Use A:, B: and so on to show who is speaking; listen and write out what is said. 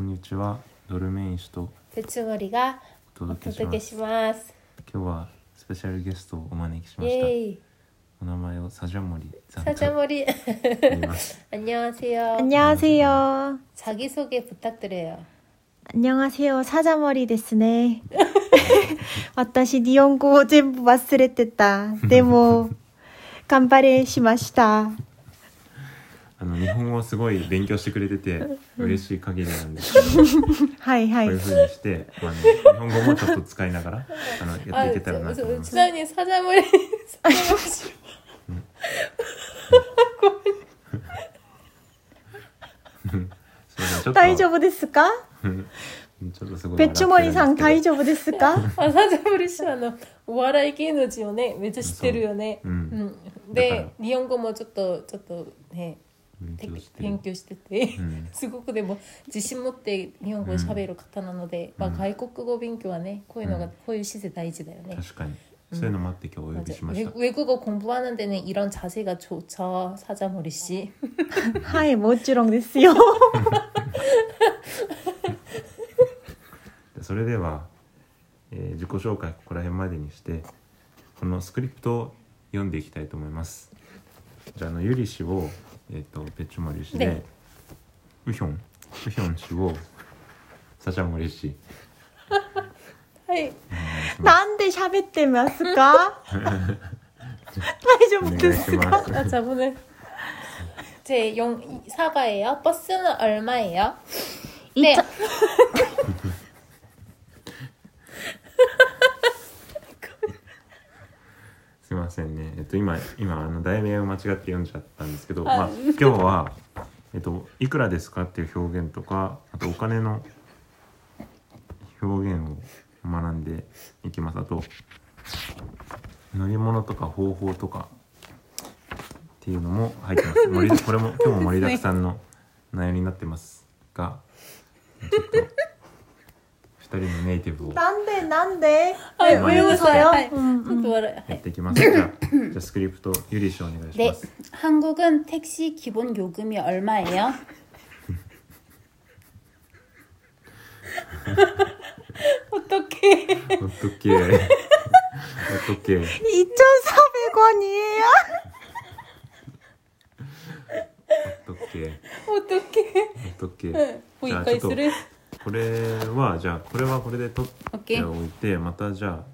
A: んにちはドルメイン氏と
B: ぶつもりが
A: お
B: お
A: 届けし
B: 届
A: ま
B: け
A: す
B: します。
A: 今日はスペシャルゲストをお招きし
B: イ
A: ました
B: ェイ。
A: お名前をサジャモリさん
B: 사자머 리
A: と言います
B: 안녕하세요.
C: 안녕하세요.
B: 자기 소개 부탁드려요.
C: 안녕하세요. 사자머리 ですね.私日本語を全部忘れてた。でも、頑張れしました。
A: あの日本語をすごい勉強してくれてて嬉しい限りなんですけどこ
C: はいは
A: う
C: い
A: いう。風にして、まあね、日本語もちょっと使いながらあのやっていけたらなと思い ます
B: 우선이 사자머리 사자머리 씨.
A: すいませんちょっと
C: 大丈夫ですか
A: ちょっとすごい
C: べっちょもりさん大
A: 丈
C: 丈夫ですか
B: 아 사자머리 씨는 お笑い芸能人をねめっちゃ知ってるよね
A: うん。
B: で
A: だから。
B: 日本語もちょっとちょっとね
A: 夫
B: 勉強してて、
A: うん
B: すごくでも自信持って日本語を喋る方なので、まあ、外国語勉強はねこういうのが、
A: うん
B: こういう姿勢大事だよね。
A: 確かにそういうのもあって今日お呼び
B: 맞아.
A: しました
B: 외, 국어 공부하는 데는 이런 자세가 좋죠 사자머리 씨.
C: はい、もちろんですよ。
A: でそれでは、えー自己紹介ここら辺までにしてこのスクリプトを読んでいきたいと思いますじゃああのゆり氏をえっ、とペチュモリ氏で、
B: ね
A: ウヒョンウヒョン氏をサシャモリ氏
B: 하이.
C: なんで喋ってますか大丈
A: お願
C: 夫
A: い
C: です
A: しま
C: か
A: す
B: 아 저분은 제용 사과예요. 버스는 얼마예요? 네.
A: すいませんねえっ、と今今あの題名を間違って読んじゃったんですけど、
B: あ
A: まあ、今日はえっ、といくらですかっていう表現とかあとお金の表現を学んでいきますあと乗り物とか方法とかっていうのも入ってます盛りこれも今日も盛りだくさんの内容になってますがちょっと2人のネイティブをや
C: なんでなんで
B: は
C: え
B: い
C: ウェブさよ
B: はい
C: うんうん
B: 저도 알아요.
A: っていきますじゃあじゃあスクリプトゆりしお願いし
B: 네
A: ます
B: 한국은 택시 기본 요금이 얼마예요?
A: 어떡해. 어떡해.
C: 2,400원이에요?
A: 어떡해.
B: 어떻게?
A: 어떡해.
B: もう一回する
A: これは、じゃあ、これはこれで取っておいて、またじゃあ、